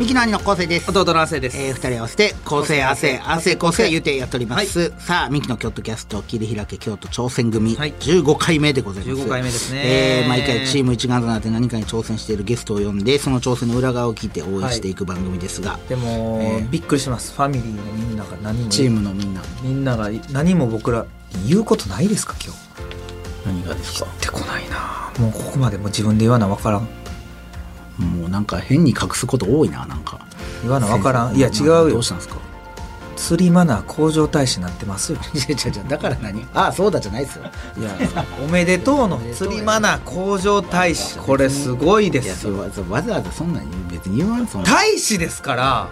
ミキの兄の昴生です弟の亜生です、えー、2人合わせて構成汗汗構成言うてやっております、さあミキの京都キャスト切り開け京都挑戦組、はい15回目でございます15回目ですねえー毎回チーム一丸となって何かに挑戦しているゲストを呼んでその挑戦の裏側を聞いて応援していく番組ですが、でも、えーびっくりしますファミリーのみんなが何もチームのみんなみんなが何も僕ら言うことないですか今日何がですか言ってこないなもうここまでもう自分で言わな分からんもうなんか変に隠すこと多いななんか言わな分からんいや違うどようしたんですか釣りマナー向上大使になってますよいやいやいやだから何ああそうだじゃないですよいやおめでとうの釣りマナー向上大使これすごいでいやすそれよわざわざわざそんなに別に言わんそんな大使ですから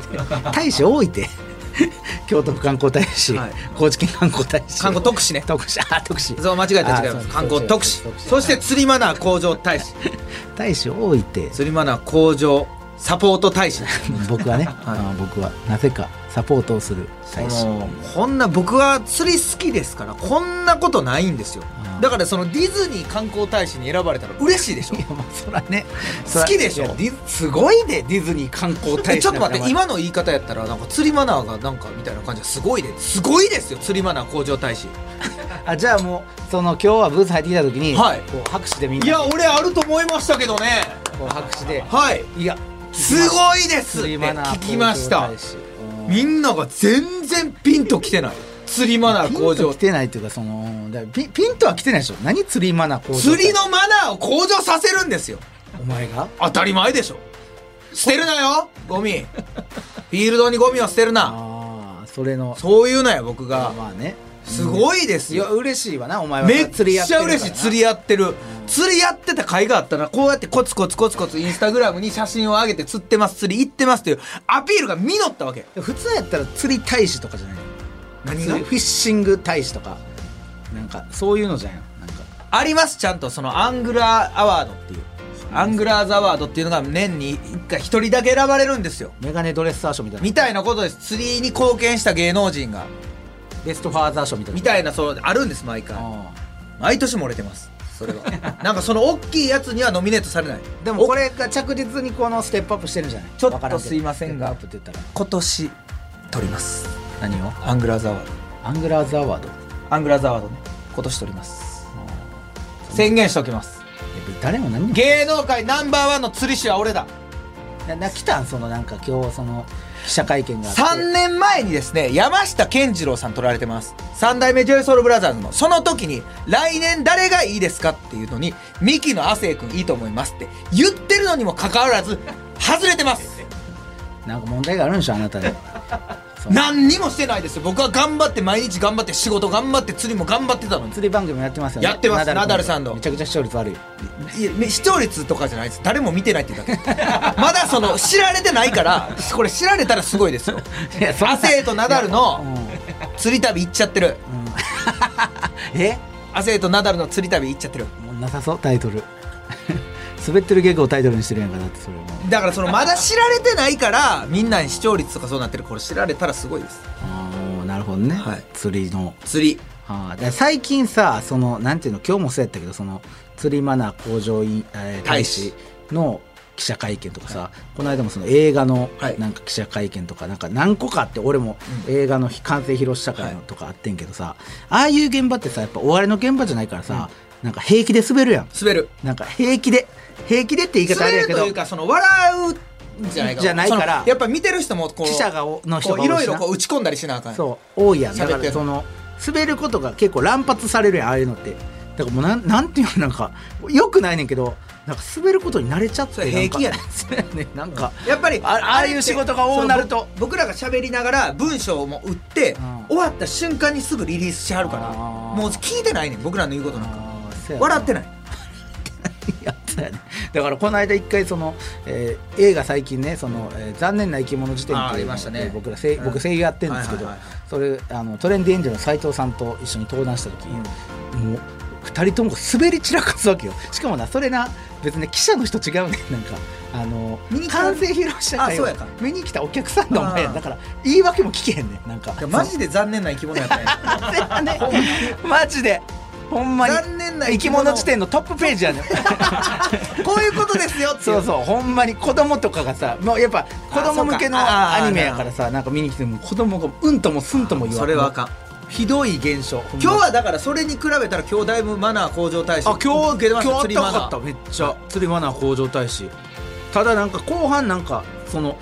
大使多いて 京都府観光大使、はい高知県観光大使観光特使ね特使あ特使そう間違えたあ違いますそう観光特使そうそして釣りマナー向上大使大使多いて釣りマナー向上サポート大使僕 はね、あ僕はなぜかサポートをする大使もうこんな僕は釣り好きですからこんなことないんですよあーだからそのディズニー観光大使に選ばれたら嬉し いでしょいやまあそらねそら好きでしょディすごいねディズニー観光え大使ちょっと待ってなんか今の言い方やったらなんか釣りマナーがなんかみたいな感じですごいですごいですよ釣りマナー向上大使あじゃあもうその今日はブース入ってきた時に、はいこう拍手でみんないや俺あると思いましたけどねこう拍手ではいいやすごいです釣ってりマナー聞きました向上大使みんなが全然ピンときてない釣りマナーピ向ンと上来てないというかそのだからピピンとは来てないでしょ何釣りマナー向上釣りのマナーを向上させるんですよお前が当たり前でしょ捨てるなよゴミフィールドにゴミを捨てるなああそれのそういうのや僕がまあねすごいですいやよ嬉しいわなお前はめっちゃ嬉しい釣りりやってる釣りやってた甲斐があったなこうやってコツコツコツコツインスタグラムに写真を上げて釣ってます釣り行ってますというアピールが実ったわけ普通やったら釣り大使とかじゃないの何釣りフィッシング大使とかなんかそういうのじゃんよなんかありますちゃんとそのアングラーアワードっていうアングラーズアワードっていうのが年に1回1人だけ選ばれるんですよメガネドレッサー賞みたいなみたいなことです釣りに貢献した芸能人がベストファーザー賞みたいなみたいなそうあるんです毎回あ毎年漏れてますそれ はなんかその大きいやつにはノミネートされないーでもこれが着実にこのステップアップしてるんじゃないちょっとわからんけどすいませんがステップアップって言っ今年取りますたら何をアングラーズアワードアングラーズアワードアングラーズアワードね今年取ります宣言しておきますいや誰も何にも芸能界ナンバーワンの釣り師は俺だなな来たんそのなんか今日その記者会見があって3年前にですね山下健二郎さん取られてます三代目 j ソ o u l b r o t h e r のその時に来年誰がいいですかっていうのにミキの亜生君いいと思いますって言ってるのにもかかわらず外れてますなんか問題があるんでしょあなた でその何にもしてないですよ僕は頑張って毎日頑張って仕事頑張って釣りも頑張ってたのに釣り番組もやってますよねやってますナダルさんのめちゃくちゃ視聴率悪いいや視聴率とかじゃないです誰も見てないっていうだけ まだその知られてないからこれ知られたらすごいですよいやそんな亜生とナダルうん の釣り旅行っちゃってるえ亜生とナダルの釣り旅行っちゃってるもうなさそうタイトル 滑ってるゲグをタイトルにしてるやんかだってそれもうだからそのまだ知られてないからみんなに視聴率とかそうなってるこれ知られたらすごいですあーなるほどね、はい釣りの釣りあーで最近さそのなんていうの今日もそうやったけどその釣りマナー向上委、えー大大使使の記者会見とかさ、この間もその映画のはいなんか記者会見とかなんか何個かあって俺も映画の非完成披露試写会のとかあってんけどさ、ああいう現場ってさやっぱお笑いの現場じゃないからさ、なんか平気で滑るやん滑るなんか平気で平気でって言い方あ滑れやるけとどいうかその笑うんじゃないかじゃないからそのやっぱ見てる人もこう記者がおの人がこ多いしういなろいろこう打ち込んだりしなあかんそう多いやん喋っだてかるらその滑ることが結構乱発されるやんああいうのってだからもうなんなんていうのなんかよくないねんけどなんか滑ることに慣れちゃっそれて平気やねね そうやねんなんか、やっぱりあああいう仕事が多なるとその僕僕らが喋りながら文章も打って、うん終わった瞬間にすぐリリースしはるからあーもう聞いてないねん僕らの言うことなんかあーそうやな笑ってないやったよねだからこの間一回その、えー映画最近ねその、えー残念な生き物辞典」あーっあていりうのをましたねえー僕ら声うん僕声優やってるんですけど、はいはいはいそれあのトレンディエンジェルの斎藤さんと一緒に登壇した時、もう2人とも滑り散らかすわけよしかもなそれな別に記者の人違うねんなんかあの見に来た完成披露したあ会そうをやから見に来たお客さんのお前やあーだから言い訳も聞けへんねんなんかいや マジで残念な生き物やった んやそうやねマジでほんまに残念な生き生き物物辞典のトップページやねんこういうことですよっていうそうそうほんまに子供とかがさもうやっぱ子供向けのそうかあーアニメやからさなんか見に来ても子供がうんともすんとも言わんそれはあかんひどい現象ほんま今日はだからそれに比べたら今日だいぶマナー向上対象あ今日受けてますよ今釣日りあマったかナったーめっちゃ釣りマナー向上大使ただなんか後半なんかその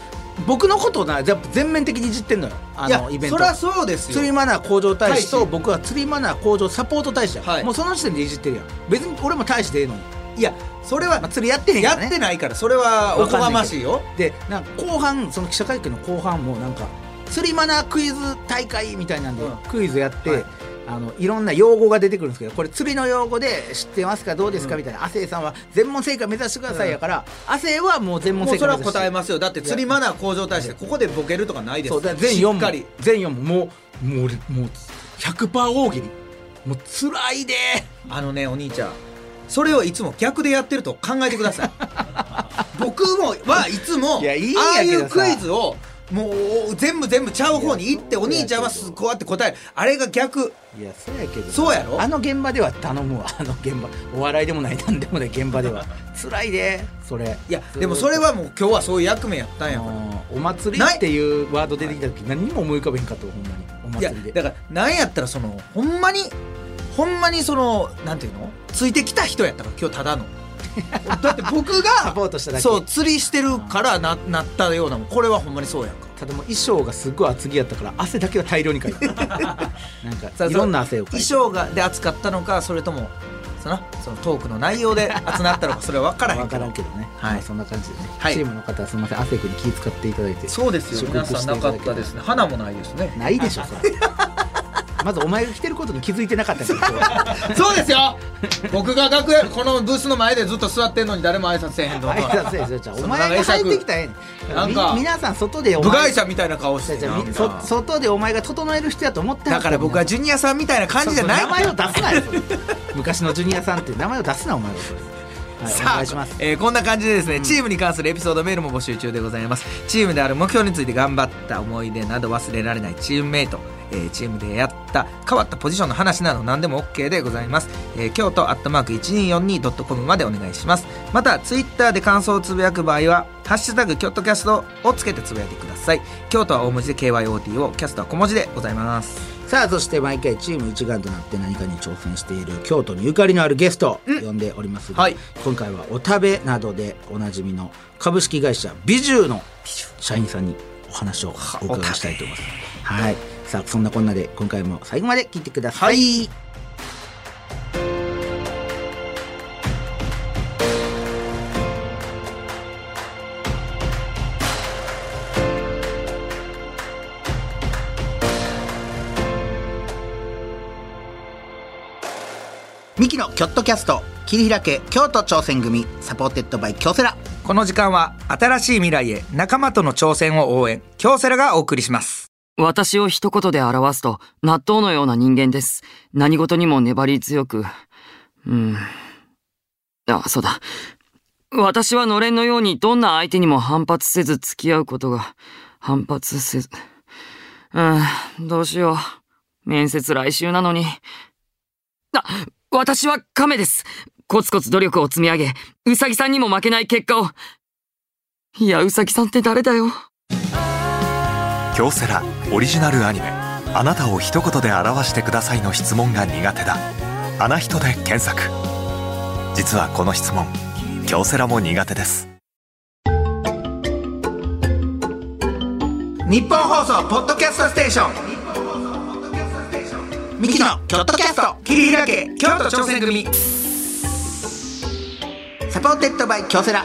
僕のことをなやっぱ全面的にいじってんのよあいやのイベントそりゃそうです釣りよマナー向上大使と大使僕は釣りマナー向上サポート大使や、はいもうその時点でいじってるやん別に俺も大使でええのに、いやそれはまあ、釣りやってへんかやらねってないからそれはおこがましいよでなんか後半その記者会見の後半もなんか釣りマナークイズ大会みたいなんでうんクイズやって、はいい、あのいろんな用語が出てくるんですけどこれ釣りの用語で知ってますかどうですか、みたいな亜生さんは全問正解目指してくださいやから亜生、はもう全問もう正それ解は目指して答えますよだって釣りマナー向上対してここでボケるとかないですそうだから全し4っか問り全4問もうもう俺もう100%大喜利もう辛いであのねお兄ちゃんそれをいつも逆でやってると考えてくださ い僕もはいつもいやいいんやああいけどうさクイズをもう全部全部ちゃう方に行ってお兄ちゃんはすこうやって答えるあれが逆いやそうやけどそうやろあの現場では頼むわあの現場お笑いでもないなんでもない現場では辛いでそれいやでもそれはもう今日はそういう役目やったんやからあのお祭りっていうワード出てきた時何にも思い浮かべへんかったわほんまにおいや祭りでだからなんやったらそのほんまにほんまにそのなんていうのついてきた人やったから今日 ただのだって僕がサポートしただけそう釣りしてるからななったようなもんこれはほんまにそうやんかただもう衣装がすごい厚着やったから汗だけは大量にかいたなん かいろんな汗をかいた衣装がで熱かったのかそれともそのそのトークの内容で熱なったのかそれは分からへん 分けかどらんけどね、はいまあそんな感じでね、はいチームの方はすみません汗くんに気遣っていただいてそうですよ皆さんなかったですね花もないで すねないでしょさまずお前が来てることに気づいてなかったんですよ そうですよ僕が楽屋このブースの前でずっと座ってんのに誰も挨拶せえへんとか挨拶せえじゃあおその前が入ってきたらええねなんんかみ皆さん外でお部前外者みたいな顔しじゃあてじなゃあんみかそ外でお前が整える人やと思ってはだったから僕は皆さんジュニアさんみたいな感じじゃないその名前を出すなよそれ昔のジュニアさんって名前を出すなお前はそれ、はい、お願いしますえーこんな感じでですね、チームに関するエピソードメールも募集中でございますチームである目標について頑張った思い出など忘れられないチームメイト、えーチームでやった変わったポジションの話など何でも OK でございます、えー、京都アットマーク 1242.com までお願いしますまたツイッターで感想をつぶやく場合は「ハッシュタグ京都キャスト」をつけてつぶやいてください京都は大文字で KYOT をキャストは小文字でございますさあそして毎回チーム一丸となって何かに挑戦している京都にゆかりのあるゲストを呼んでおりますが、はい今回はお食べなどでおなじみの株式会社ビジューの社員さんにお話をお伺いしたいと思います。はい、さあそんなこんなで今回も最後まで聞いてください。ミキのキョットキャスト切り開け京都挑戦組サポーテッドバイ京セラこの時間は新しい未来へ仲間との挑戦を応援京セラがお送りします私を一言で表すと、納豆のような人間です。何事にも粘り強く。うん。あ、そうだ。私はのれんのようにどんな相手にも反発せず付き合うことが、反発せず。うん、どうしよう。面接来週なのに。あ、私は亀です。コツコツ努力を積み上げ、うさぎさんにも負けない結果を。いや、うさぎさんって誰だよ。京セラオリジナルアニメ「あなたを一言で表してください」の質問が苦手だ「あな人」で検索実はこの質問京セラも苦手です日本放送ポッドキャストステーションミキのキョットキャスト切り開け京都挑戦組サポーテッドバイ京セラ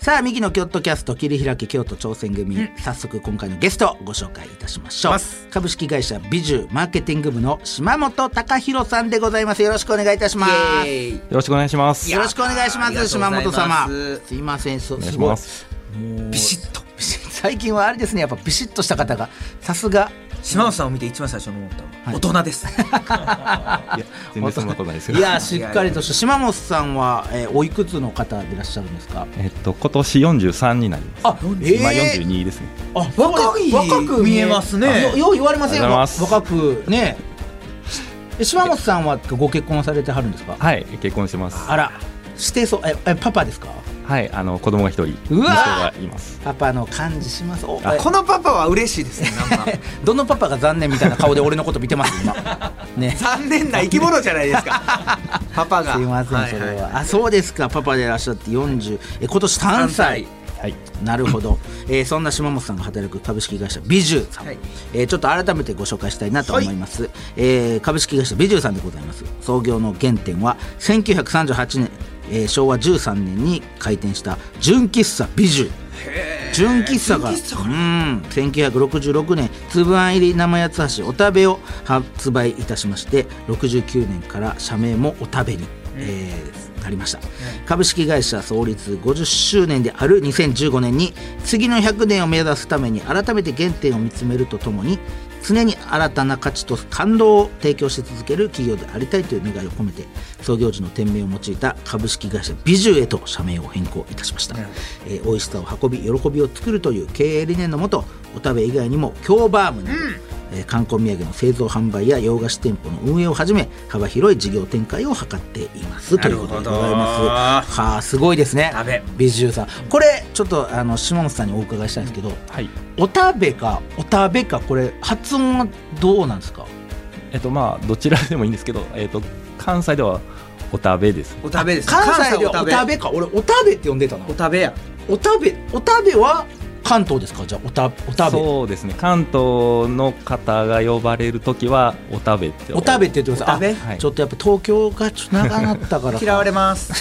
さあミキの京都キャスト切り開け京都挑戦組、早速今回のゲストをご紹介いたしましょうます株式会社ビジュマーケティング部の島本隆弘さんでございますよろしくお願いいたしますイよろしくお願いします。よろしくお願いしまありがすとうござ島います本様すいませんそうお願すいしごいます。もうビシッと最近はあれですねやっぱビシッとした方がさすが島本さんを見て一番最初に思ったのは、大人です。いや全然そんなことないですよいやしっかりとした島本さんは、えーおいくつの方でいらっしゃるんですかえっと今年43になりますあえ今ー、 42ですねあ若い見えますねよよう言われませんありよがとうござい若くねえ島本さんはご結婚されてはるんですかはい結婚してますあらしてそうええパパですかはいあの子供が一う人息わ子がいますパパの感じしますおえこのパパは嬉しいですね。なんかどのパパが残念みたいな顔で俺のこと見てます今ね 残念な生き物じゃないです か。パパが。すいませんそれは,、あそうですかパパでいらっしゃって40え今年3 3歳歳はいなるほ ど、えーそんな島本さんが働く株式会社ビジュさん、はいえーちょっと改めてご紹介したいなと思います、えー株式会社ビジュさんでございます創業の原点は1938年、えー昭和13年に開店した純喫茶ビジュ純喫茶がうん1966年粒あん入り生八つ橋お食べを発売いたしまして69年から社名もお食べに、えーなりました、株式会社創立50周年である2015年に次の100年を目指すために改めて原点を見つめるとともに常に新たな価値と感動を提供し続ける企業でありたいという願いを込めて創業時の店名を用いた株式会社ビジュへと社名を変更いたしました、えー美味しさを運び喜びを作るという経営理念のもとお食べ以外にも京バームなど、えー観光土産の製造販売や洋菓子店舗の運営をはじめ幅広い事業展開を図っていますということでございますはあすごいですね食べビジュさんこれちょっとあの下本さんにお伺いしたいんですけど、はいおたべかおたべかこれ発音はどうなんですかえっとまあどちらでもいいんですけどえっと関西ではお食べですお食べです。関西ではお関たべか俺おたべって呼んでたなお食べや。おたべおたべは関東ですかじゃあおたおたべそうですね関東の方が呼ばれる時はお食べっておたべって言ってますおたべあはいちょっとやっぱ東京がちょっと長なった からか嫌われます。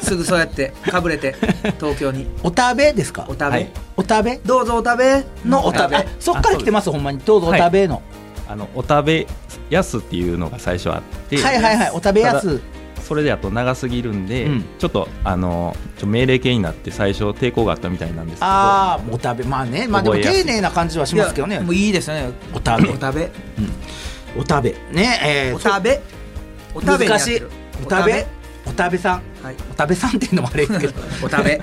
すぐそうやってかぶれて東京におたべですかお食はべい。おたべどうぞお食べのおた食べべあそっから来てますほんまにどうぞおたべのあのお食べやすっていうのが最初あってはいはいはいおたべやすそれであと長すぎるんで、うんちょっとあのちょ命令形になって最初抵抗があったみたいなんですけどああおたべまあねまあでも覚えやす丁い寧な感じはしますけどいねやもういいですね。おたべお食べおたべねえーお食べお食べにな難っしているおたべおたべさんはいおたべさんっていうのもあれですけどお食べ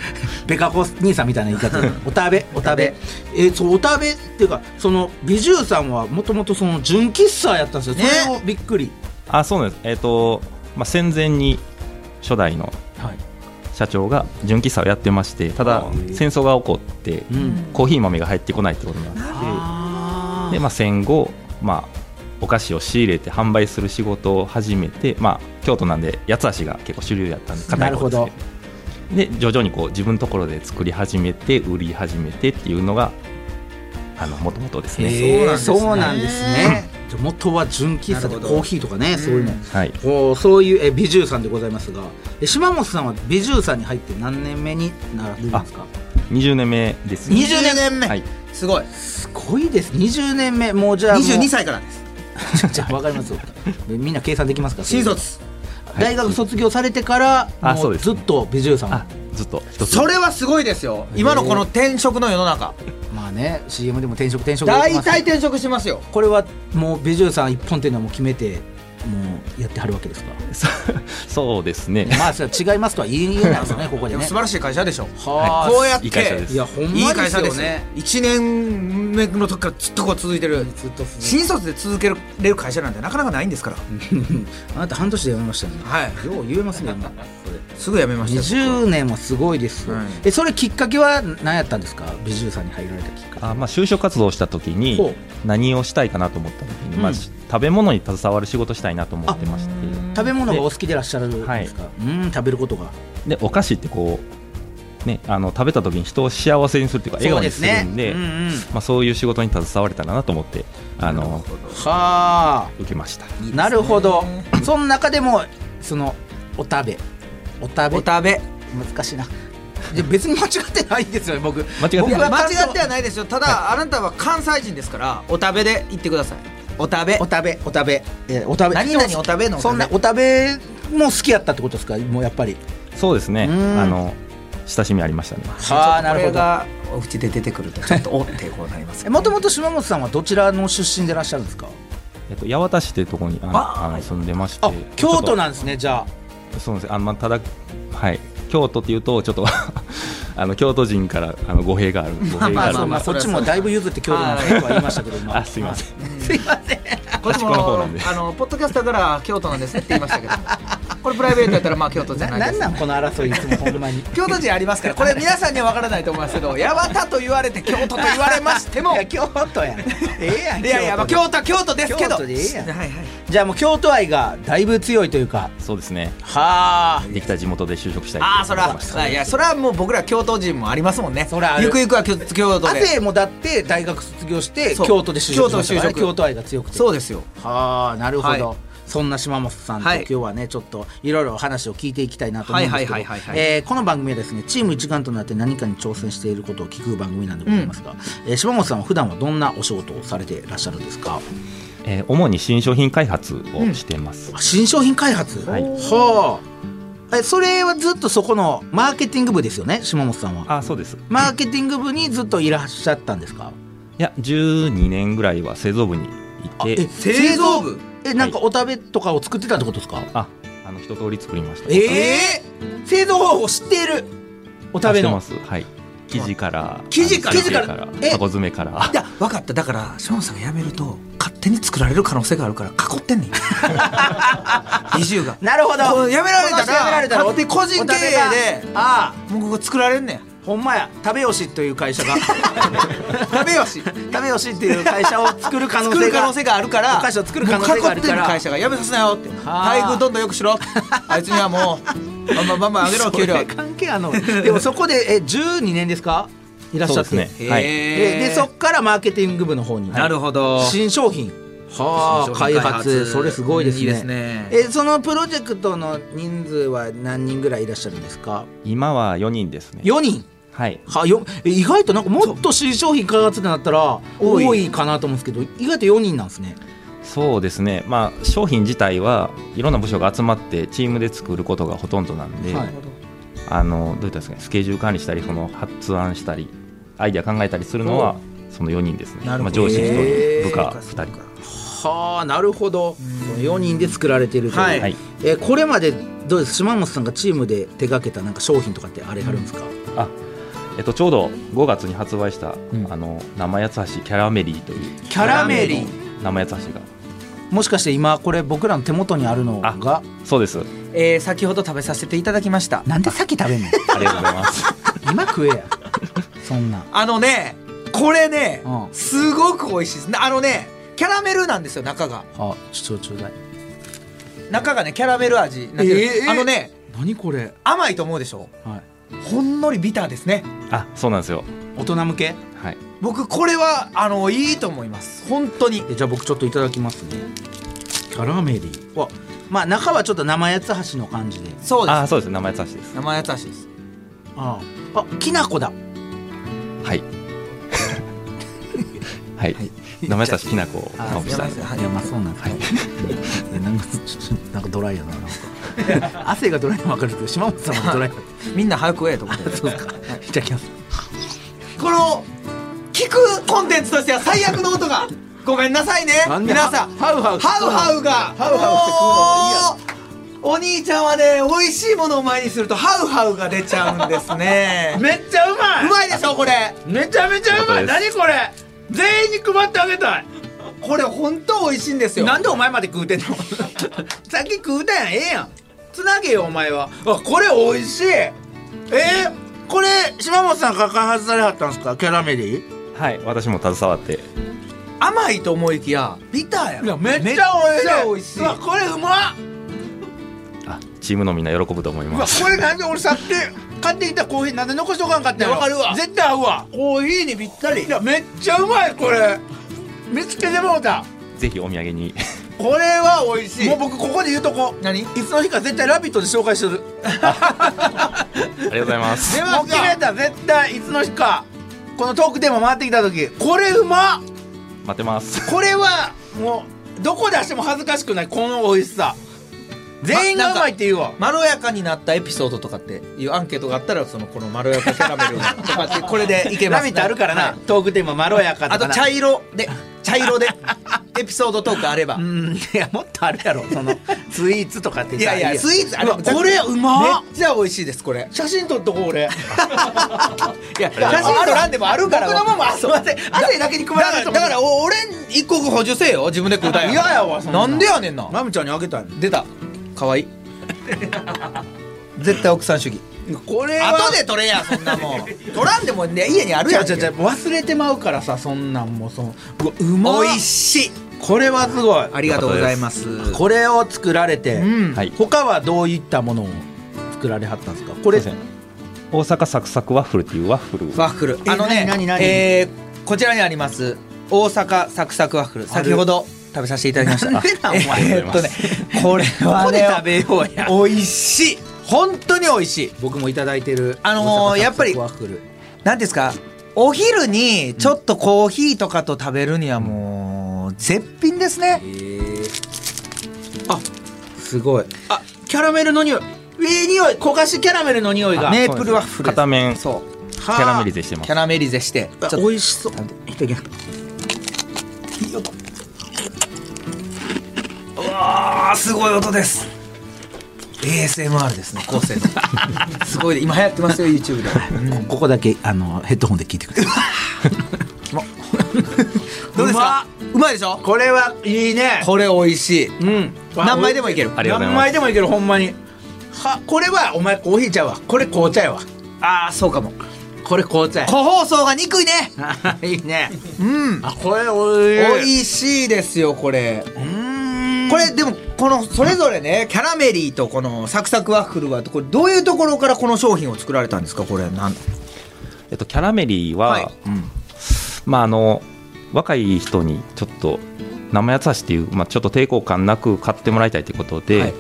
ベカコ兄さんみたいな言い方でおたべおたべえーそうおたべっていうかその美獣さんはもともとその純喫茶やったんですよ、ねそれをびっくりあそうなんですえっ、と、まあ、戦前に初代のはい社長が純喫茶をやってましてただ戦争が起こって、うんコーヒー豆が入ってこないってことになっあてで、まあ、戦後、まあ、お菓子を仕入れて販売する仕事を始めて、まあ、京都なんで八つ橋が結構主流やったんでなるほど方ですけどで徐々にこう自分のところで作り始めて売り始めてっていうのがもともとですね、へーそうそうななんんでですすねねじゃあ元は純喫茶でなるほどコーヒーとかねそういうの、はい、こうそういうえ美獣さんでございますがえ島本さんは美獣さんに入って何年目になられるんですか20年目ですね、 20年年目はい、すごいすごいです20年目もうじゃあもう22歳からです じゃあわかりますよでみんな計算できますか新卒い大学卒業されてからあもそううですずねっと美獣さんはあずっと一つそれはすごいですよ今のこの転職の世の中まあね CM でも転職転職大言体ってます転職しますよこれはもう美獣さん一本っていうのはもう決めてもうやってはるわけですか そうですねまあそれは違いますとは言い言えないですよ ねここででもね素晴らしい会社でしょはあこうやっいい会社でてすいやほんまですいよねい会社ですね1年目の時からずっとこう続いてるずっとす新卒で続けれる会社なんてなかなかないんですからあなた半年で辞めましたねはいよう言えますね今すぐ辞めましたよ20年もすごいですよ、はいえそれきっかけは何やったんですか美獣さんに入られたきっかけあまあ、就職活動をした時ほうに何をしたいかなと思った時に、まうあ、んし食べ物に携わる仕事したいなと思ってまして食べ物がお好きでいらっしゃるんですか、うん食べることがでお菓子ってこう、ね、あの食べた時に人を幸せにするっていうか笑顔にするんでそうですねうんうんまあ、そういう仕事に携われたらなと思ってあのはあ受けましたなるほどその中でもそのお食べお食べお食べ難しいなで別に間違ってないんですよね僕間違ってない僕いや間関東違ってはないですよただあなたは関西人ですからお食べで言ってくださいお食べお食べお食べ、えーお食べ何々お食べのお食べそんなお食べも好きやったってことですかもうやっぱりそうですねうんあの親しみありましたねはあなるほこれどがおお口で出てくるとちょっとおってこうなりますよねもともと島本さんはどちらの出身でいらっしゃるんですかえっと、八幡市っていうところにあのああの住んでましてあ京都なんでですねじゃそうなんですあのまあただはい京都っていうとちょっと あの京都人からあの語弊がある語弊があるあまあ あそうまあそそれっはちそうもだいぶ譲って京都なんですねとは言いましたけど今あすいませんすいませんこっち端っこの方もなんであのポッドキャスターから京都なんですねって言いました けどこれプライベートやったらまあ京都じゃないなでんすなんこの争いいつもほんまに京都人ありますからこれ皆さんには分からないと思いますけど八幡と言われて京都と言われましてもいやい京都やんええやんやいやまあで京都は京都ですけど京都でいいやんはいはいじゃあもう京都愛がだいぶ強いというかそうですねはあできた地元で就職したいああそれ思いましたはいやそれはもう僕ら京都人もありますもんねそらあるゆくゆくは京京都亜で生もだって大学卒業してそう京都で就職しましたからね京都就職京都愛が強くてそうですよはあなるほど、はいそんな島本さんとはい今日はねちょっといろいろお話を聞いていきたいなと思うんですけどはいはいはいはいはいえーこの番組はですねチーム一丸となって何かに挑戦していることを聞く番組なんでございますが、えー島本さんは普段はどんなお仕事をされていらっしゃるんですかえー主に新商品開発をしてます、あ新商品開発はいはあえそれはずっとそこのマーケティング部ですよね島本さんはあそうですいマーケティング部にずっといらっしゃったんですかや12年ぐらいは製造部にいて製造部えなんかお食べとかを作ってたってことですか、ああの一通り作りましたえー製造方法知っているお食べ出してまのすはい生地から生地からあの成形生地からえ箱詰めからいや分かっただからショーンさんが辞めると勝手に作られる可能性があるから囲ってん ねん移住がなるほどこう辞められたこらの人辞められたら勝手に個人経営でお食べがあもうここ作られんねんあほんまや食べよしという会社が 食べよし食べよしっていう会社を作る可能作性る可が能性があるからお菓子を作る可能性があるからもう囲ってんねん会社がやめさせなよってはあ待遇どんどんよくしろあいつにはもうバンバンバン バン上げろ給料それ関係あんのでもそこでえ12年ですかいらっしゃってそうですねはいえへでそっからマーケティング部の方になるほど新商品はあ新商品開開発発それすごいですねいいですねえそのプロジェクトの人数は何人ぐらいいらっしゃるんですか今は4人ですね4人はいはよえ意外となんかもっと新商品開発ってなったら多い多いかなと思うんですけど意外と4人なんですねそうですねまあ商品自体はいろんな部署が集まってチームで作ることがほとんどなんで、はいあのどういったんですかねスケジュール管理したりその発案したりアイデア考えたりするのはその4人ですね、なるまほあ、ど上司1へー人部下2人はあなるほど4人で作られてるという、はいはいえこれまでどうです島本さんがチームで手掛けたなんか商品とかってあれあるんですか、あえっと、ちょうど5月に発売した、うんあの生八つ橋キャラメリーというキャラメリー生八つ橋がもしかして今これ僕らの手元にあるのがそうですあえー先ほど食べさせていただきましたなんでさっき食 べんのりがとうございます 今食えやそんなんあのねこれね、うんすごく美味しいですあのねキャラメルなんですよ中があちょっとちょうだい中がねキャラメル味になってる、えーあのね何これ、甘いと思うでしょはい、ほんのりビターですねあそうなんですよ大人向けはい僕これはあのいいと思います本当にえじゃあ僕ちょっといただきますねキャラメリーわまあ中はちょっと生八つ橋の感じでそうであすそうです生八つ橋です生やつしですあああきなこだはい はい、生八つ橋きなこをあまぶしたすいませんはいいやまあそうなんですけど、 なんかちょっとなんかドライやななんか 汗がドライなの分かるけど島本さんもドライだってみんな早く食えと思ってそうかいただきますこの聞くコンテンツとしては最悪の音が ごめんなさいねなんで皆さんハウハウハウハウがハウハウウお兄ちゃんはね美味しいものを前にするとハウハウが出ちゃうんです ねめっちゃうまうまいでしょこれめちゃめちゃうまい本当何これ全員に配ってあげたいこれ本当美味しいんですよなんでお前まで食うてんの さっき食うたやんええやんつなげよお前はあこれ美味しいえー、これ島本さんが開発されはったんですかキャラメリーはい私も携わって甘いと思いきやビターやんめっちゃ美味しいめっちゃ美味しいうわこれうまっあチームのみんな喜ぶと思いうわますこれなんで俺さっき買ってきたコーヒーなんで残しとかんかったんやろわかるわ絶対合うわコーヒーにぴったりいやめっちゃうまいこれ見つけてもうたぜひお土産にこれは美味しいもう僕ここで言うとこ何いつの日か絶対「ラビット!」で紹介するありがとうございますではもう決めた絶対いつの日かこのトークテーマ回ってきた時これうまっ待ってますこれはもうどこ出しても恥ずかしくないこの美味しさま全員がうまいって言うわまろやかになったエピソードとかっていうアンケートがあったらそのこのまろやかキャラメル とかってこれでいけますラビットあるからな、はいトークテーマまろやかあとかとな茶色で茶色 でエピソードトークあればうんいやもっとあるやろそ のスイーツとかっていやいやスイーツあれうわこれうまっめっちゃ美味しいですこれ写真撮っとこう 俺いや写写真真と撮ららんんででももああるるかからら僕のもんもあすいません汗だけに配らだかれたらだからお俺に一刻補助せえよ自分で食うたんや嫌やわそんななんでやねんなマムちゃんにあげたいの出た可愛い絶対奥さん主義これは後で取れやそん なもん取らんでもね家にあるじやゃんじゃじゃ忘れてまうからさそんなんもうそのうわうまっ美味しいこれはすごいありがとうございますこれを作られて、うんはい他はどういったものを作られはったんですかこれそうですね大阪サクサクワッフルっていうワッフルワッフルえあのね何何何えーこちらにあります大阪サクサクワッフル先ほど食べさせていただきましたなんでなんお前えーっとねこれこはこで食ねべようや美味しい本当に美味しい僕もいただいてるあのーやっぱりワッフルなんですかお昼にちょっとコーヒーとかと食べるにはもう絶品ですねあすごいあキャラメルの匂いえー、匂い焦がしキャラメルの匂いがメープルワッフルです片面キそャラメリゼしうてまキすャラメリゼしてちょあっと美味しそういただきますあーすごい音です ASMR ですね後世 のすごい今流行ってますよ YouTube で、うんここだけあのヘッドホンで聞いてくださいどうですかうまいでしょこれはいいねこれ美味しいうん何枚でもいけるありがとうございます何枚でもいけるほんまにはこれはお前コーヒーちゃうわこれ紅茶やわああそうかもこれ紅茶や個包装が憎 いねあいいねうんあこれお美いしい味しいですよこれうーんこれでもこのそれぞれねキャラメリーとこのサクサクワッフルはこれどういうところからこの商品を作られたんですかこれなんえっと、キャラメリーは、はいうんまああの若い人にちょっと生八橋っていう、まあ、ちょっと抵抗感なく買ってもらいたいということで、はい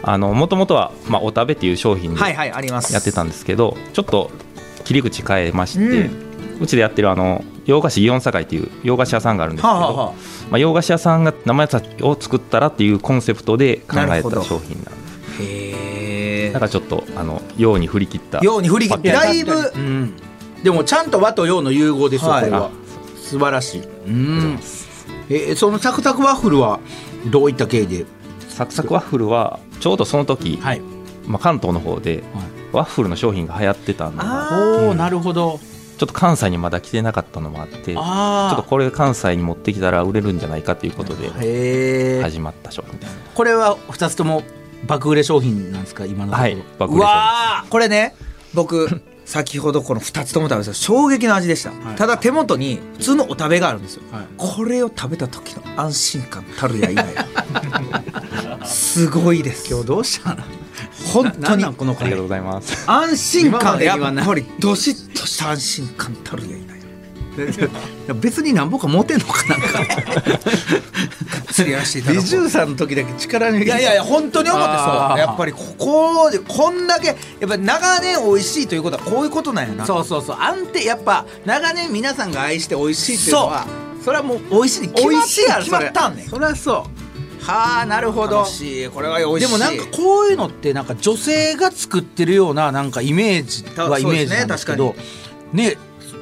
あの元々は、まあ、お食べっていう商品ではいはいありますやってたんですけど、ちょっと切り口変えまして、ううちでやってるあの洋菓子イオン堺っていう洋菓子屋さんがあるんですけど、はあはあはあまあ、洋菓子屋さんが生八橋を作ったらっていうコンセプトで考なえるほどた商品なんですへだからちょっとあの洋に振り切ったように振り切ってパッケだージいぶうんでもちゃんと和と洋の融合ですよ、はいこれはあ素晴らしいうんえそのサクサクワッフルはどういった経緯でサクサクワッフルはちょうどその時、はいまあ、関東の方ではいワッフルの商品が流行ってたのがおおなるほどちょっと関西にまだ来てなかったのもあってちょっとあこれ関西に持ってきたら売れるんじゃないかということであへえ始まった商品です、これは2つとも爆売れ商品なんですか今のところはい爆売うれ商品わーこれね僕 先ほどこの2つとも食べた衝撃の味でした、はいただ手元に普通のお食べがあるんですよ、はいこれを食べた時の安心感たるやいないすごいです今日どうしたの本な当んになんこのあ回りがとうございます 安心今ま感でやにはないっぱりどしっとした安心感たるやい ない別になんぼか持てんのかなんか釣りやらせていただ美こう獣さんの時だけ力にいやいやいや本当に思ってあそーうやっぱりここでこんだけやっぱ長年美味しいということはこういうことなんやなそうそうそう安定やっぱ長年皆さんが愛して美味しいっていうのはそれはもう美味しいに決まってやろ美味しいに決まったんねんそれそれはそうはあなるほど楽しいこれは美味しいでもなんかこういうのってなんか女性が作ってるようななんかイメージはイメージなんですけどそうね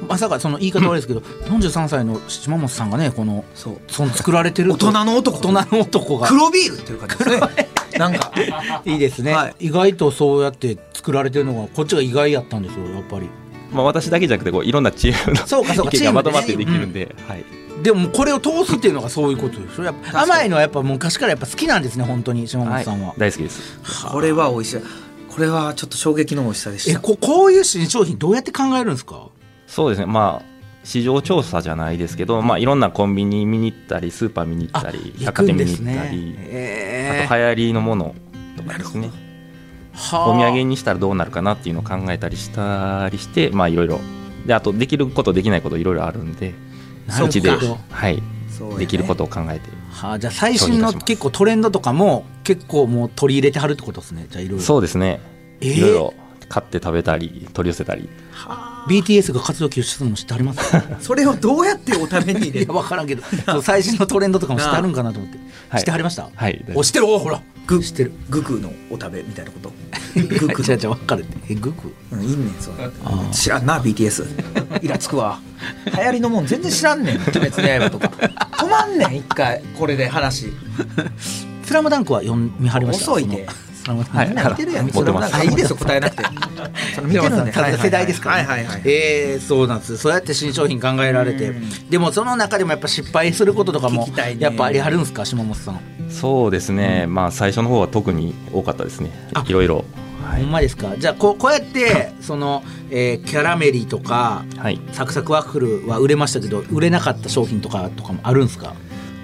まさかその言い方悪いですけど、43歳の島本さんがねこのそうその作られてる大人の男大人の男が黒ビールっていう感じですねなんかいいですね、はい意外とそうやって作られてるのがこっちが意外やったんですよやっぱりまあ私だけじゃなくてこういろんなチームそうかそうのか意見がまとまってチームでできねるんで、はい、でもこれを通すっていうのがそういうことでしょやっぱ甘いのはやっぱ昔からやっぱ好きなんですね本当に島本さんは、はい大好きですこれは美味しいこれはちょっと衝撃の美味しさでしえたここういう新商品どうやって考えるんですかそうですねまあ市場調査じゃないですけど、まあ、いろんなコンビニ見に行ったりスーパー見に行ったり行百貨くんで店見にす行ったり、ねえあと流行りのものとかですねお土産にしたらどうなるかなっていうのを考えたりしたりしてまあいろいろであとできることできないこといろいろあるんでなるほどうちで、はいそうやねできることを考えてはあ、じゃあ最新の結構トレンドとかも結構もう取り入れてはるってことですねじゃあいろいろそうですね、えーいろいろ買って食べたり取り寄せたり BTS が活動休止するのも知ってはりますいそれをどうやってお食べに入れやる分からんけどそう最新のトレンドとかも知ってはるんかなと思って、は知いってはりましたはいお知ってるおほらぐ知ってるグクのお食べみたいなことグクじゃじゃ分かるってえグクうんいいねんそうああ知らんな BTS イラつくわ流行りのもん全然知らんねん「鬼滅の刃」とか止まんねん一回これで話スラムダンクは読み張りました遅いでそのスラムダンクみはいんな見てるやん、はいそれもなんか持ってますいいですよ答えなくてそれ見 てるんでただ世代ですから、ねはいはいはいえーそうなんですそうやって新商品考えられてうんでもその中でもやっぱ失敗することとか聞もきたいねやっぱありはるんですか下本さん、そうですね、まあ最初の方は特に多かったですねあいろいろはほんまですかじゃあこうこうやってその、えーキャラメリとかはいサクサクワッフルは売れましたけど売れなかった商品とかとかもあるんですか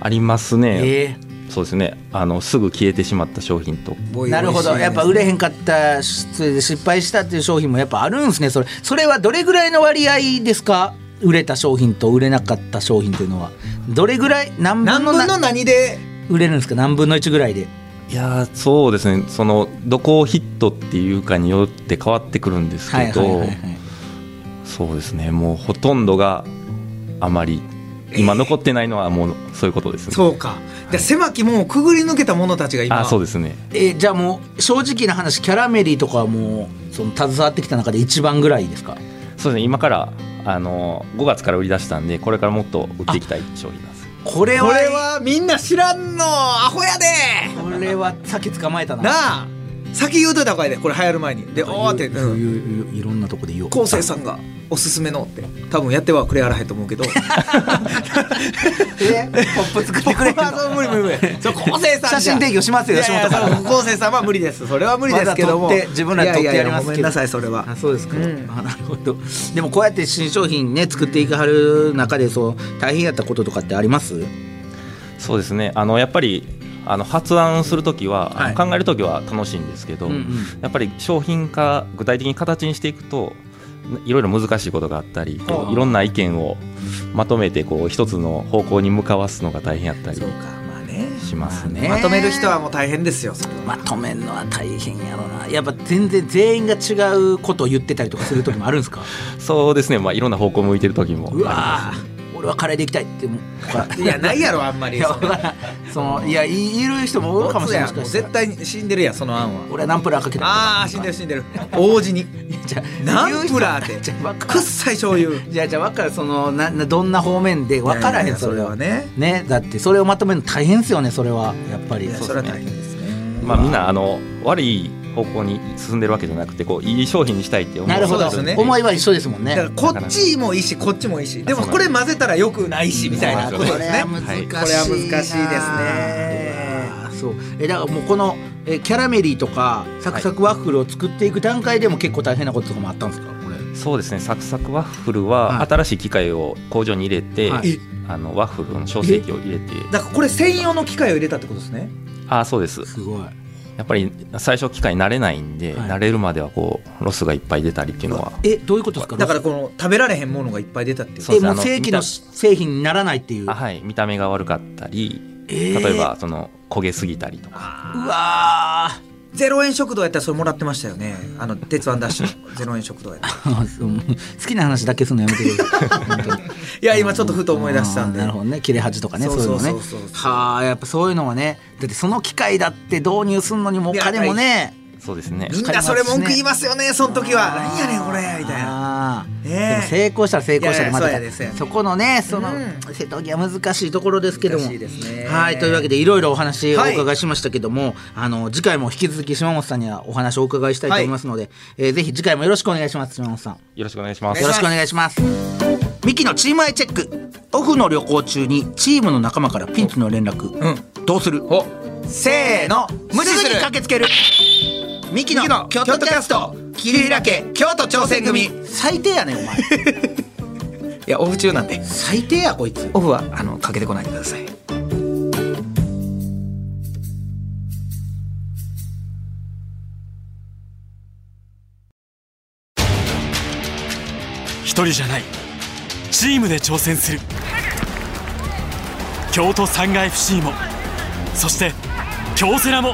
ありますね、えそうですねあのすぐ消えてしまった商品とーなるほどやっぱ売れへんかったしそれで失敗したっていう商品もやっぱあるんですねそれそれはどれぐらいの割合ですか売れた商品と売れなかった商品というのはどれぐらい何何分の分のな何で売れるんですか何分の1ぐらいでいやーそうですねそのどこをヒットっていうかによって変わってくるんですはいけはど、いはいはいそうですねもうほとんどがあまり今残ってないのはもうそういうことですね、そうかで狭き門をくぐり抜けた者たちが今あそうですねえーじゃあもう正直な話キャラメリーとかはもうその携わってきた中で一番ぐらいですかそうですね今からあの5月から売り出したんでこれからもっと売っていきたい商品なんですこれはこれはみんな知らんのアホやでこれはさっき捕まえたななあ先言うといた方がいいでこれ流行る前にでおーって、そううん、いういろんなとこで言おう昴生さんがおすすめのって多分やってはくれやらへんと思う けどえポップ作ってくれへんのここは そう無理無理無理そう昴生さん写真提供しますよ吉本から昴生さんは無理ですそれは無理ですけども、まだ撮って自分らで撮ってやりますけどいいいごめんなさいそれはあそうですか、うんあなるほどでもこうやって新商品ね作っていかはる中でそう大変やったこととかってありますそうですねあのやっぱりあの発案する時は、あのは考える時は楽しいんですけど、うんうんやっぱり商品化具体的に形にしていくといろいろ難しいことがあったりこああういろんな意見をまとめてこう一つの方向に向かわすのが大変やったりそうかまあねしますね。まとめる人はもう大変ですよそれまはとめるのは大変やろなやっぱ全然全員が違うことを言ってたりとかする時もあるんです かそうですね、まあ、いろんな方向向いてる時もありうまわー俺はカレーでいきたいっても ういやないやろあんまいりやそわのからんそのいやいいる人もおるかもしれないもうもしかした絶ら対に死んでるやんその案は俺はナンプラーかけたああ死んでる死んでる王子にじゃあナンプラー言う人はじゃあわってかくっさい醤油じゃあじゃあ分かるそのななどんな方面で分からいやいへやんそれはねねねだってそれをまとめるの大変ですよねそれはやっぱりいやそうそれは大変ですねす、まあ、みんなあの悪い方向に進んでるわけじゃなくてこういい商品にしたいって思うなるほそうど、ですよね思いは一緒ですもんねだからこっちもいいしこっちもいいしでもこれ混ぜたらよくないしみたいなあーことですねこれは難しいな、はいこれは難しいですうわねーそうえだからもうこのえキャラメリーとかサクサクワッフルを作っていく段階でも結構大変なこととかもあったんですかこれそうですねサクサクワッフルははい新しい機械を工場に入れて、はいあのワッフルの小成器を入れてだからこれ専用の機械を入れたってことですねああそうですすごいやっぱり最初機械に慣れないんで、はい慣れるまではこうロスがいっぱい出たりっていうのはえどういうことですかだからこの食べられへんものがいっぱい出たっていうそうえですねもあうの正規の見製品にならないっていうたあはい見た目が悪かったり、えー例えばその焦げすぎたりとかうわーゼロ円食堂やったらそれもらってましたよねあの鉄腕ダッシュのゼロ円食堂やったらあそう好きな話だけするのやめてく ださい本当にいや今ちょっとふと思い出したんであーなるほどね切れ端とかねそうそういうそのうねそうそうはあやっぱそういうのはねだってその機械だって導入するのにもお金もねそうですねみんなそれ文句言いますよねその時は何やねんこれみたいななねえでも成功したら成功したらまいやたいやそうやでそこのねそのうん瀬戸際難しいところですけども難しいですねはいというわけでいろいろお話をおはい伺いしましたけどもあの次回も引き続き島本さんにはお話をお伺いしたいと思いますのでえーぜひ次回もよろしくお願いします島本さんよろしくお願いしますよろしくお願いします。ミキのチームアイチェック。オフの旅行中にチームの仲間からピンチの連絡。うんどうするおせーの無視すすぐるに駆けつける。ミキのミキの京都キャスト。桐平家京都挑戦組い最低やねんお前。やオフ中なんで最低やこいつ。オフはあのかけてこないでください一人じゃないチームで挑戦する京都サンガ FC もそして京セラも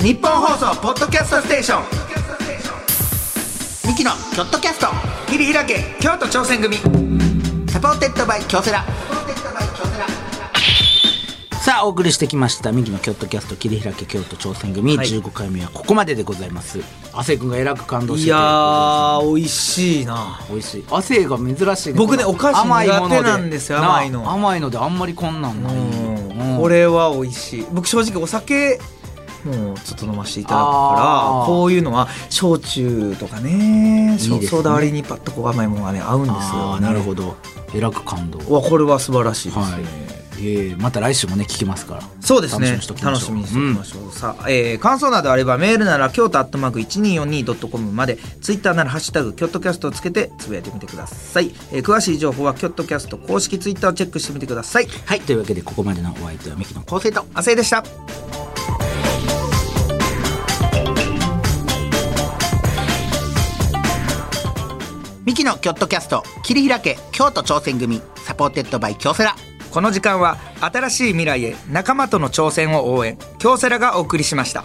日本放送ポッドキャストステーションミキのキョットキャスト切り開け京都挑戦組サポーテッドバイ京セラさあお送りしてきました「ミキの京都キャスト切り開け京都挑戦組」15回目はここまででございます亜生君がえらく感動していてやー美味しいな美味しい亜生が珍しい僕ねこのお菓子甘いもの苦手なんですよな甘いの甘いのであんまりこんなんないうんうんこれは美味しい僕正直お酒もうちょっと飲ませていただくかあーらこういうのは焼酎とかねいいですねソーダ割りにパッとこう甘いものがね合うんですあよーなるどほどえらく感動わこれは素晴らしいですね、はいえーまた来週もね聞きますからそうですね楽しみにしときまし楽ょしうみにしておきましょう、さあ、えー感想などあればメールなら京都アットマーク 1242.com までツイッターなら「ハッシュタグキョットキャスト」をつけてつぶやいてみてください、えー詳しい情報はキョットキャスト公式ツイッターをチェックしてみてくださいはいというわけでここまでのお相手はミキの昴生と亜生でしたミキのキョットキャスト切り開け京都挑戦組サポーテッドバイ京セラこの時間は新しい未来へ仲間との挑戦を応援京セラがお送りしました